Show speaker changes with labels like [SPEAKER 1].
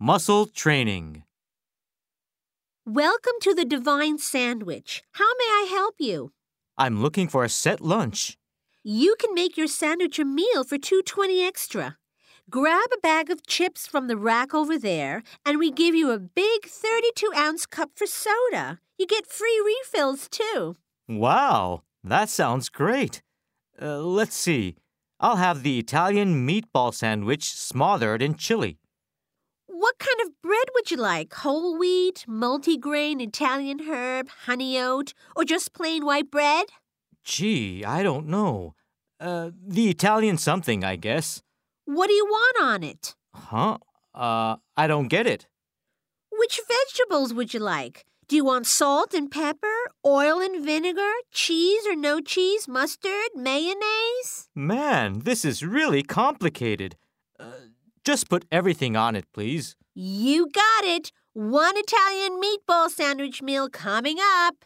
[SPEAKER 1] Muscle training.
[SPEAKER 2] Welcome to the Divine Sandwich. How may I help you?
[SPEAKER 1] I'm looking for a set lunch.
[SPEAKER 2] You can make your sandwich a meal for 220 extra. Grab a bag of chips from the rack over there, and we give you a big 32 ounce cup for soda. You get free refills, too.
[SPEAKER 1] Wow, that sounds great. Uh, let's see. I'll have the Italian meatball sandwich smothered in chili.
[SPEAKER 2] What kind of bread would you like? Whole wheat, multigrain, Italian herb, honey oat, or just plain white bread?
[SPEAKER 1] Gee, I don't know. Uh, the Italian something, I guess.
[SPEAKER 2] What do you want on it?
[SPEAKER 1] Huh? Uh, I don't get it.
[SPEAKER 2] Which vegetables would you like? Do you want salt and pepper, oil and vinegar, cheese or no cheese, mustard, mayonnaise?
[SPEAKER 1] Man, this is really complicated. Uh, just put everything on it, please.
[SPEAKER 2] You got it! One Italian meatball sandwich meal coming up.